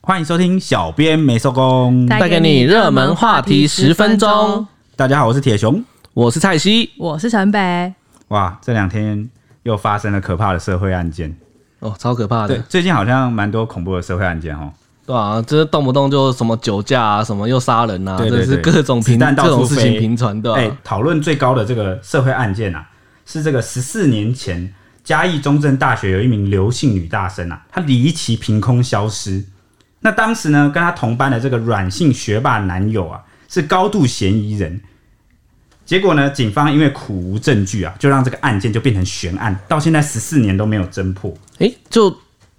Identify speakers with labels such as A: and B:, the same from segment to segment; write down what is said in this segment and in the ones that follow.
A: 欢迎收听《小编没收工》，
B: 带给你热门话题十分钟。
A: 大家好，我是铁熊。
B: 我是蔡西。
C: 我是城北，
A: 哇，这两天又发生了可怕的社会案件。
B: 哦，超可怕的，
A: 对，
B: 对
A: 最近好像蛮多恐怖的社会案件哦。
B: 啊，就是动不动就什么酒驾啊，什么又杀人啊，
A: 对对对
B: 真是各种
A: 子
B: 平
A: 弹到
B: 各
A: 处
B: 种事情
A: 飞
B: 频传，啊对吧、
A: 哎，讨论最高的这个社会案件啊，是这个十四年前嘉义中正大学有一名刘姓女大生啊，她离奇凭空消失。那当时呢，跟她同班的这个阮姓学霸男友啊，是高度嫌疑人。结果呢，警方因为苦无证据啊，就让这个案件就变成悬案，到现在十四年都没有侦破。
B: 哎、就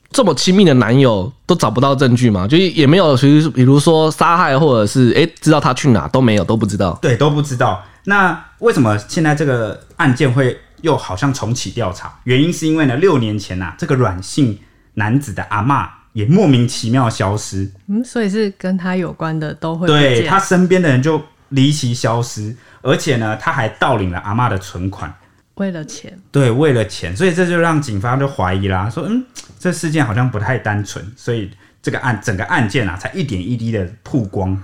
B: 这么亲密的男友都找不到证据嘛？就是也没有，其实比如说杀害或者是哎、知道他去哪都没有，都不知道。
A: 对，都不知道。那为什么现在这个案件会又好像重启调查？原因是因为呢，六年前呐、啊这个阮姓男子的阿嬷也莫名其妙消失，
C: 嗯，所以是跟他有关的都会不
A: 对
C: 见
A: 他身边的人就离奇消失，而且呢，他还盗领了阿嬷的存款。
C: 为了钱，
A: 对，为了钱，所以这就让警方就怀疑啦，说嗯，这事件好像不太单纯，所以这个案整个案件啊，才一点一滴的曝光。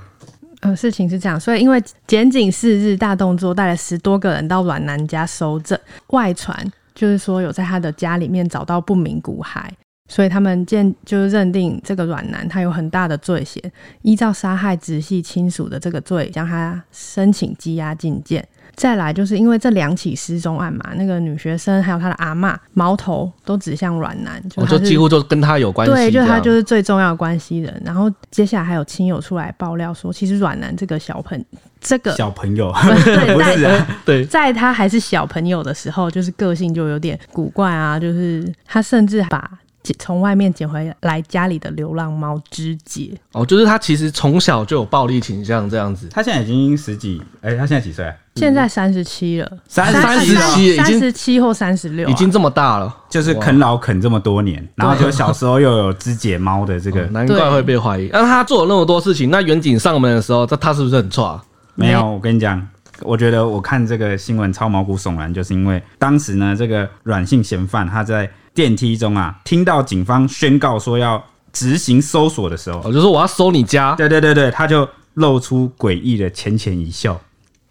C: 呃，事情是这样，所以因为检警四日大动作，带了十多个人到阮南家搜证，外传就是说有在他的家里面找到不明骨骸，所以他们见就是认定这个阮南他有很大的罪嫌，依照杀害直系亲属的这个罪，将他申请羁押禁见。再来就是因为这两起失踪案嘛，那个女学生还有她的阿嬷矛头都指向阮南，就
B: 我
C: 他
B: 哦就是几乎就跟他有关系这样，
C: 对，就是他就是最重要的关系人。然后接下来还有亲友出来爆料说，其实阮南这个小朋这个
A: 小朋友，
C: 不
A: 不
C: 对，
A: 是
C: 在
A: 啊，
B: 对
C: 在他还是小朋友的时候，就是个性就有点古怪啊，就是他甚至把捡从外面捡回来家里的流浪猫肢解，
B: 哦，就是他其实从小就有暴力倾向这样子。
A: 他现在已经十几，哎、他现在几岁？
C: 现
B: 嗯
C: 在三十七了，
A: 三
B: 37了已经
C: 三十七或三十六，啊
B: 已经这么大了，
A: 就是
B: 哇
A: 啃老啃这么多年，然后就小时候又有肢解猫的这
B: 哦
C: 嗯
A: 个，
B: 难怪会被怀疑。那他做了那么多事情，那远景上门的时候，他他是不是很差？
A: 没有。我跟你讲，我觉得我看这个新闻超毛骨悚然，就是因为当时呢，这个软性嫌犯他在电梯中啊，听到警方宣告说要执行搜索的时候，
C: 哦
B: 我哦就说我要搜你家，
A: 对对对对，他就露出诡异的浅浅一笑。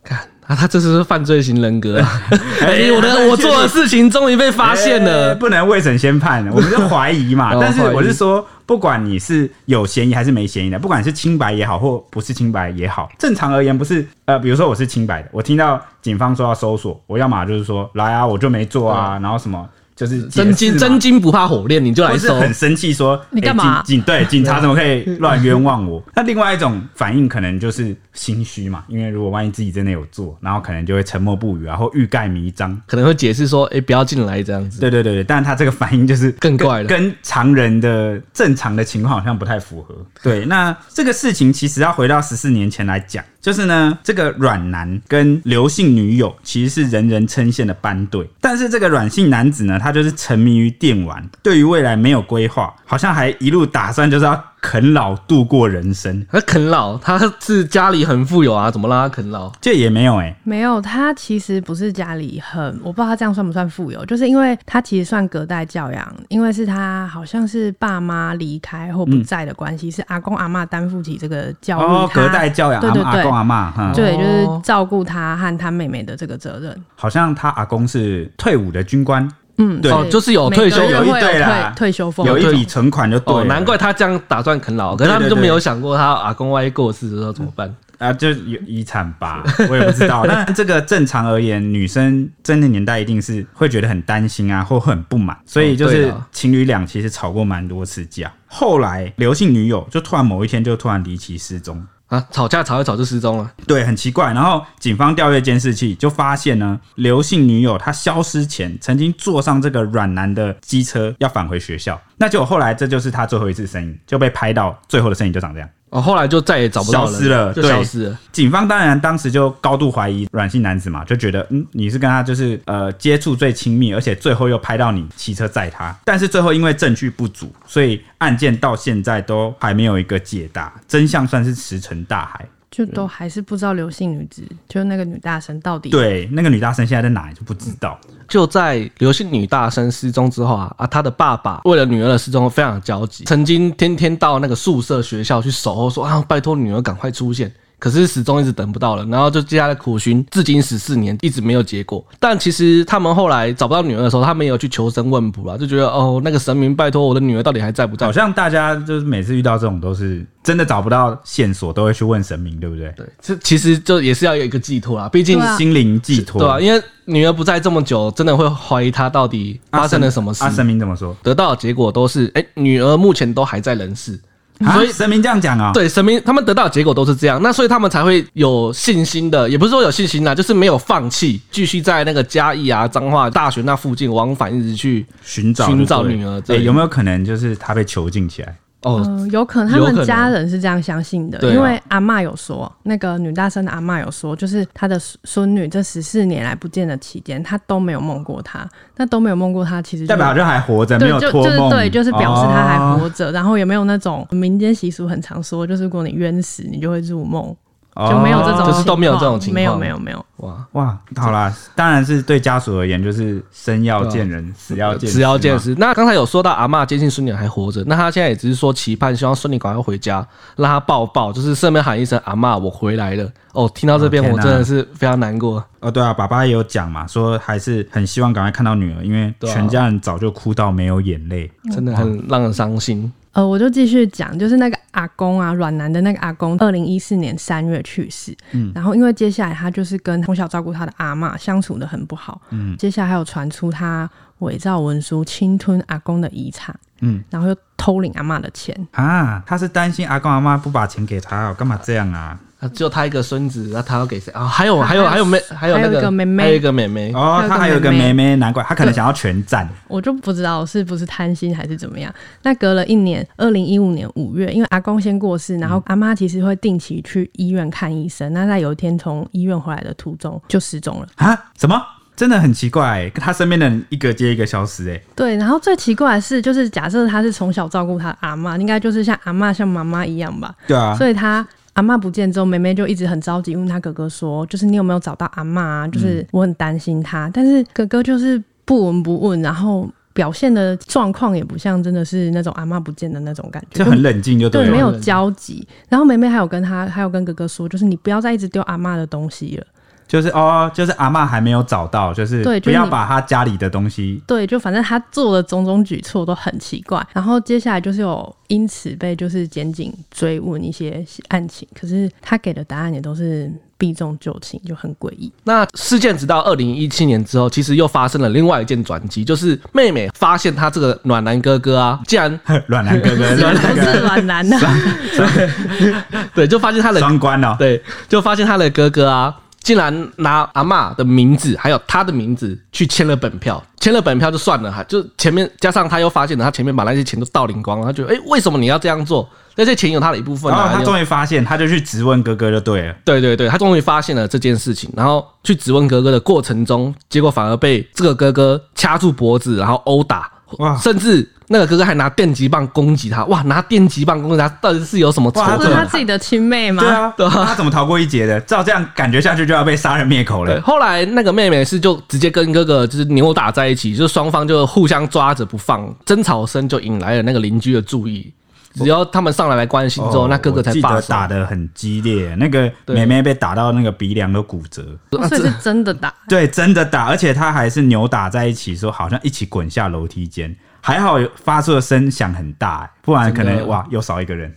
B: 看啊，他这是犯罪型人格、 啊。哎， 我的我做的事情终于被发现
A: 哎
B: 了。
A: 不能未审先 判，我们就怀疑嘛。
B: 哦
A: 但是
B: 怀疑
A: 我是说，不管你是有嫌疑还是没嫌疑的，不管是清白也好，或不是清白也好，正常而言不是呃，比如说我是清白的，我听到警方说要搜索，我要么就是说来啊，我就没做
B: 哦
A: 啊，然后什么就是解释
B: 真
A: 嘛
B: 金真。金不怕火炼，你就
A: 或
B: 来
A: 是
B: 搜。
A: 很生气说
C: 你
A: 哎
C: 干嘛
A: 警警 对警察怎么可以乱冤枉我？那另外一种反应可能就是心虚嘛，因为如果万一自己真的有做，然后可能就会沉默不语啊，或欲盖弥彰。
B: 可能会解释说，哎、不要进来这样子。
A: 对对对对，但他这个反应就是
B: 更怪了
A: 跟跟常人的正常的情况好像不太符合。对，那这个事情其实要回到十四年前来讲，就是呢，这个阮男跟刘姓女友其实是人人称羡的班队，但是这个阮姓男子呢，他就是沉迷于电玩，对于未来没有规划，好像还一路打算就是要啃老度过人生，
B: 他啊啃老，他是家里很富有啊，怎么让他啃老？
A: 这也没有哎、
C: 没有，他其实不是家里很，我不知道他这样算不算富有，就是因为他其实算隔代教养，因为是他好像是爸妈离开或不在的关系，是阿公阿妈担负起这个教育，
A: 嗯哦，
C: 他
A: 隔代教养，
C: 对对
A: 阿阿
C: 对
A: 公阿妈，哈、嗯，
C: 对，就
B: 哦
C: 是照顾他和他妹妹的这个责任。
A: 好像他阿公是退伍的军官，
C: 嗯，
A: 对
B: 哦，就是有
C: 每个
B: 退休
C: 人
B: 有
A: 有一
C: 会
A: 对啦
C: 退退休俸，
A: 有一笔存款就对了、啊
B: 哦，难怪他这样打算啃老，可是他们
A: 对
B: 就
A: 对对
B: 没有想过他阿公万一过世的时候怎么办？
A: 啊，就有遗产吧，我也不知道。但这个正常而言，女生真的年代一定是会觉得很担心啊，或很不满，所以就
B: 哦对
A: 是
B: 啊
A: 情侣俩其实吵过蛮多次架。后来刘姓女友就突然某一天就突然离奇失踪，
B: 啊，吵架吵一吵就失踪了，
A: 对，很奇怪。然后警方调阅监视器，就发现呢，刘姓女友她消失前曾经坐上这个阮男的机车要返回学校，那就后来这就是她最后一次身影，就被拍到最后的身影就长这样。
B: 哦，后来就再也找不到人
A: 消失了
B: 就
A: 对
B: 消失了。
A: 警方当然当时就高度怀疑阮姓男子嘛，就觉得嗯，你是跟他就是呃接触最亲密，而且最后又拍到你骑车载他，但是最后因为证据不足，所以案件到现在都还没有一个解答，真相算是石沉大海。
C: 就都还是不知道刘姓女子，就是那个女大生到底
A: 对，那个女大生现在在哪里就不知道。
B: 就在刘姓女大生失踪之后啊，啊，她的爸爸为了女儿的失踪非常焦急，曾经天天到那个宿舍、学校去守候，说啊，拜托女儿赶快出现。可是始终一直等不到了，然后就接下来苦寻，至今十四年一直没有结果。但其实他们后来找不到女儿的时候，他们也有去求神问卜啊，就觉得哦，那个神明拜托我的女儿到底还在不在
A: 好？像大家就是每次遇到这种都是真的找不到线索，都会去问神明，对不对？
B: 对，这其实就也是要有一个寄托啦，毕竟
C: 对啊
A: 心灵寄托，
B: 对啊，因为女儿不在这么久，真的会怀疑她到底发生了什么事。
A: 啊？神明怎么说？
B: 得到的结果都是，哎、女儿目前都还在人世。
A: 啊
B: 所以，
A: 神明这样讲啊、
B: 对神明，他们得到的结果都是这样，那所以他们才会有信心的，也不是说有信心啦，就是没有放弃，继续在那个嘉义啊、彰化大学那附近往返，一直去。
A: 寻找
B: 寻找
A: 就对
B: 女儿
A: 对、
B: 对
A: 有没有可能就是他被囚禁起来？
B: 哦，
C: 嗯，有可能他
B: 有可
C: 们
B: 能
C: 家人是这样相信的，
B: 对啊
C: 因为阿嬷有说，那个女大生的阿嬷有说，就是她的孙女这十四年来不见的期间，她都没有梦过她，那都没有梦过她，其实就
A: 代表就还活着，没
C: 对，
A: 有
C: 就
A: 托
C: 就是
A: 梦，
C: 对，就是表示她还活
A: 哦
C: 着，然后也没有那种民间习俗很常说，就是如果你冤死，你就会入梦，
A: 哦
C: 就没有这种情
B: 就
C: 况，
B: 是都没有这种情况
C: 没有没有没有，
B: 哇，
A: 哇，好啦，当然是对家属而言，就是生要见人，死要见，
B: 只要见。识。那刚才有说到阿嬷坚信孙女还活着，那她现在也只是说期盼，希望孙女赶快回家，让她抱抱，就是顺便喊一声阿嬷，我回来了。哦，听到这边
A: 哦天
B: 我
A: 哪
B: 真的是非常难过。
A: 哦，对啊，爸爸也有讲嘛，说还是很希望赶快看到女儿，因为
B: 对啊
A: 全家人早就哭到没有眼泪。
C: 嗯
B: 真的很让人伤心。
C: 呃，我就继续讲，就是那个阿公啊，阮南的那个阿公，二零一四年三月去世。嗯，然后因为接下来他就是跟从小照顾他的阿嬷相处的很不好。嗯，接下来还有传出他伪造文书侵吞阿公的遗产。
A: 嗯，
C: 然后又偷领阿嬷的钱。
A: 啊，他是担心阿公阿妈不把钱给他、哦，干嘛这样啊？
B: 啊，只有他一个孙子，那他要给谁啊？还有还有
C: 还
B: 还
C: 有
B: 有妹，还有那
C: 还有一个妹妹
B: 还有一个妹妹。
A: 哦，他
C: 还
A: 还
C: 有
A: 有
C: 一
A: 一
C: 个
A: 个
C: 妹妹
A: 妹妹，难怪他可能想要全占。
C: 我就不知道是不是贪心还是怎么样。那隔了一年，二零一五年五月，因为阿公先过世，然后阿妈其实会定期去医院看医生。那在有一天从医院回来的途中就失踪了。
A: 啊？什么？真的很奇怪、欸，他身边的人一个接一个消失、欸，
C: 对，然后最奇怪的是，就是假设他是从小照顾他的阿妈，应该就是像阿妈像妈妈一样吧。
A: 对啊，
C: 所以他阿妈不见之后，妹妹就一直很着急，问他哥哥说：“就是你有没有找到阿妈啊？
A: 嗯
C: 就是我很担心他。但是哥哥就是不闻不问，然后表现的状况也不像真的是那种阿妈不见的那种感觉，
A: 就很冷静，就
C: 对，
A: 了。
C: 没有交集。然后妹妹还有跟他，还有跟哥哥说，就是你不要再一直丢阿妈的东西了。
A: 就是哦，就是阿嬷还没有找到，就是
C: 对就
A: 不
C: 是
A: 要
C: 你
A: 把他家里的东西
C: 对，就反正他做的种种举措都很奇怪，然后接下来就是有因此被就是检警追问一些案情，可是他给的答案也都是避重就轻，就很诡异。
B: 那事件直到二零一七年之后，其实又发生了另外一件转机，就是妹妹发现她这个暖男哥哥啊，竟然
A: 软男哥哥，
C: 是
A: 软
C: 不
A: 男
C: 是
A: 哥
C: 暖男啊呐、
B: 对，就发现他
C: 啊
A: 哥
B: 的
A: 双关哦，
B: 对，就发现他的哥哥啊，竟然拿阿嬷的名字还有他的名字去签了本票，签了本票就算了，还就前面加上他又发现了他前面把那些钱都盗领光了，他觉得哎、诶为什么你要这样做？那些钱有他的一部分
A: 然
B: 啊，
A: 后他
B: 有
A: 终于发现，他就去质问哥哥就对了。
B: 对对对，他终于发现了这件事情，然后去质问哥哥的过程中，结果反而被这个哥哥掐住脖子，然后殴打，
A: 哇
B: 甚至那个哥哥还拿电击棒攻击他，哇，拿电击棒攻击他，到底是有什么仇
A: 哇
C: 不
B: 恨
C: 是他
B: 啊？
C: 自己的亲妹吗？
A: 对啊，他怎么逃过一劫的？照这样感觉下去就要被杀人灭口
B: 对，
A: 了。
B: 后来那个妹妹是就直接跟哥哥就是扭打在一起，就双方就互相抓着不放，争吵声就引来了那个邻居的注意。只要他们上来来关心之后，
A: 哦
B: 那哥哥
A: 我
B: 才
A: 记
B: 罢
A: 得
B: 手。
A: 打的很激烈，那个
B: 对
A: 妹妹被打到那个鼻梁都骨折。
B: 啊
C: 哦所以是真的打。
A: 对，真的打，而且他还是扭打在一起，说好像一起滚下楼梯间。还好有发出的声响很大、不然可
B: 真的
A: 能哇又少一个人。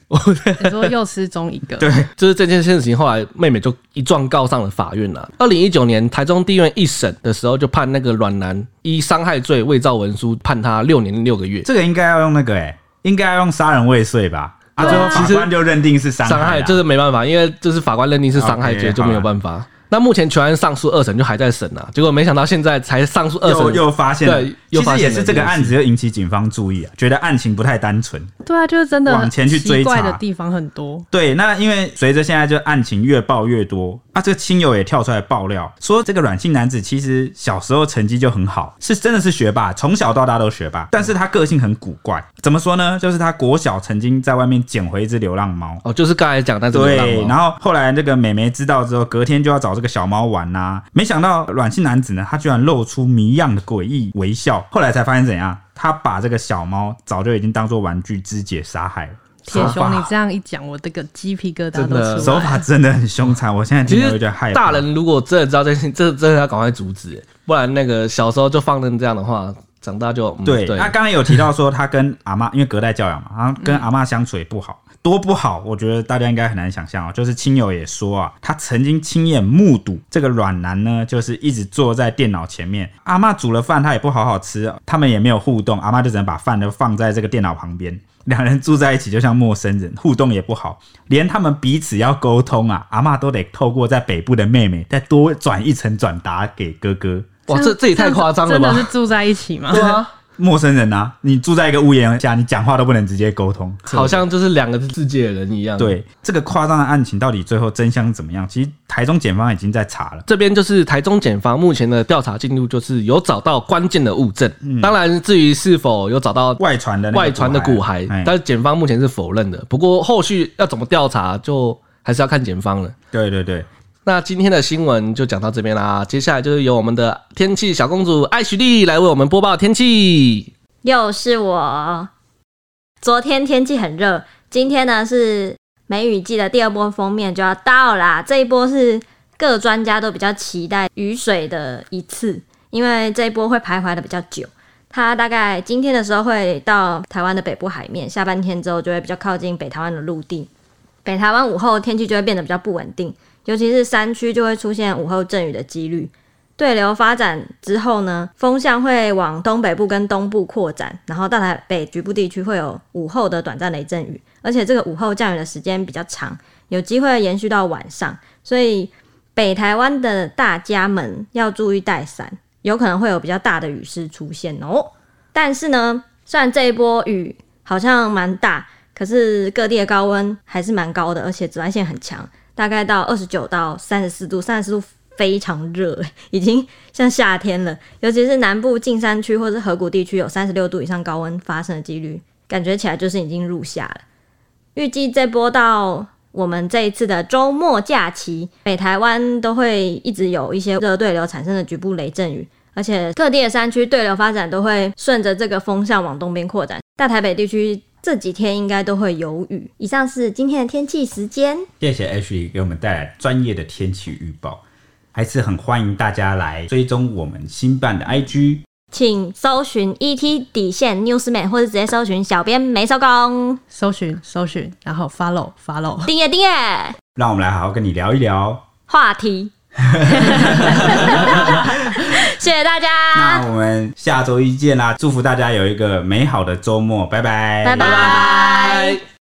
C: 你说又失踪一个，
B: 就是这件事情，后来妹妹就一状告上了法院了。二零一九年，台中地院一审的时候，就判那个阮男依伤害罪伪造文书，判他六年六个月。
A: 这个应该要用那个哎、应该要用杀人未遂吧？啊，
C: 对
A: 最
C: 啊
A: 后法官就认定是伤
B: 伤
A: 害啊
B: 害
A: 啦，
B: 就是没办法，因为就是法官认定是伤害
A: OK，
B: 罪，就没有办法。那目前全案上诉二审就还在审啊，结果没想到现在才上诉二
A: 又
B: 审，
A: 又发现了
B: 对，
A: 其
B: 又发
A: 实
B: 现
A: 也
B: 了
A: 是这个案子又引起警方注意啊，觉得案情不太单纯。
C: 对啊，就是真的
A: 往前去追
C: 奇怪
A: 查
C: 的地方很多。
A: 对，那因为随着现在就案情越爆越多，啊，这个亲友也跳出来爆料说，这个阮姓男子其实小时候成绩就很好，是真的是学霸，从小到大都学霸，但是他个性很古怪。怎么说呢？就是他国小曾经在外面捡回一只流浪猫。
B: 哦，就是刚才讲那只流浪
A: 对，
B: 猫
A: 然后后来那个美眉知道之后，隔天就要找这个小猫玩呐、没想到阮姓男子呢，他居然露出谜样的诡异微笑。后来才发现怎样，他把这个小猫早就已经当做玩具肢解杀害了。
C: 铁
A: 手
C: 熊，
A: 法
C: 你这样一讲，我这个鸡皮疙瘩
B: 真
C: 都
B: 的
C: 出
A: 手
C: 来了。
A: 法真的很凶残，我现在
B: 其
A: 听了有
B: 实
A: 点害怕。
B: 大人如果真的知道这些， 这真的要赶快阻止，不然那个小时候就放任这样的话，长大就、嗯、
A: 对，
B: 对
C: 啊
A: 他刚才有提到说，他跟阿妈， 因为隔代教养嘛，然后跟阿妈相处也不好，
B: 嗯
A: 多不好，我觉得大家应该很难想象哦。就是亲友也说啊，他曾经亲眼目睹这个软男呢，就是一直坐在电脑前面，阿妈煮了饭，他也不好好吃，他们也没有互动，阿妈就只能把饭都放在这个电脑旁边。两人住在一起就像陌生人，互动也不好，连他们彼此要沟通啊，阿妈都得透过在北部的妹妹再多转一层转达给哥哥。
B: 哇，这这也太夸张了
C: 真的
B: 吧？
C: 是住在一起吗？
B: 对啊，
A: 陌生人啊，你住在一个屋檐下，你讲话都不能直接沟通，
B: 好像就是两个世界的人一样。，
A: 对这个夸张的案情到底最后真相是怎么样？其实台中检方已经在查了，
B: 这边就是台中检方目前的调查进度，就是有找到关键的物证。当然，至于是否有找到
A: 外传的那个
B: 嗯外传的骨骸，
A: 哎
B: 但是检方目前是否认的。不过后续要怎么调查，就还是要看检方了。
A: 对对对，
B: 那今天的新闻就讲到这边啦，接下来就是由我们的天气小公主艾许丽来为我们播报天气。
D: 又是我。昨天天气很热，今天呢是梅雨季的第二波封面就要到啦。这一波是各专家都比较期待雨水的一次，因为这一波会徘徊的比较久。它大概今天的时候会到台湾的北部海面，下半天之后就会比较靠近北台湾的陆地。北台湾午后天气就会变得比较不稳定，尤其是山区就会出现午后阵雨的几率。对流发展之后呢，风向会往东北部跟东部扩展，然后到台北局部地区会有午后的短暂雷阵雨，而且这个午后降雨的时间比较长，有机会延续到晚上，所以北台湾的大家们要注意带伞，有可能会有比较大的雨势出现哦。但是呢，虽然这一波雨好像蛮大，可是各地的高温还是蛮高的，而且紫外线很强，大概到二十九到三十四度，三十四度非常热、 已经像夏天了，尤其是南部近山区或是河谷地区有三十六度以上高温发生的几率，感觉起来就是已经入夏了。预计这波到我们这一次的周末假期，北台湾都会一直有一些热对流产生的局部雷阵雨，而且各地的山区对流发展都会顺着这个风向往东边扩展。大台北地区这几天应该都会有雨。以上是今天的天气时间。
A: 谢谢 H 给我们带来专业的天气预报，还是很欢迎大家来追踪我们新办的 IG。
D: 请搜寻 ET 底线 Newsman，或者直接搜寻小编没收工，
C: 搜寻搜寻，然后 follow follow。
D: 订阅订阅
A: 让我们来好好跟你聊一聊。
D: 话题。谢谢
A: 那
D: 大家，
A: 我们下周一见啦！祝福大家有一个美好的周末，拜拜，
D: 拜拜。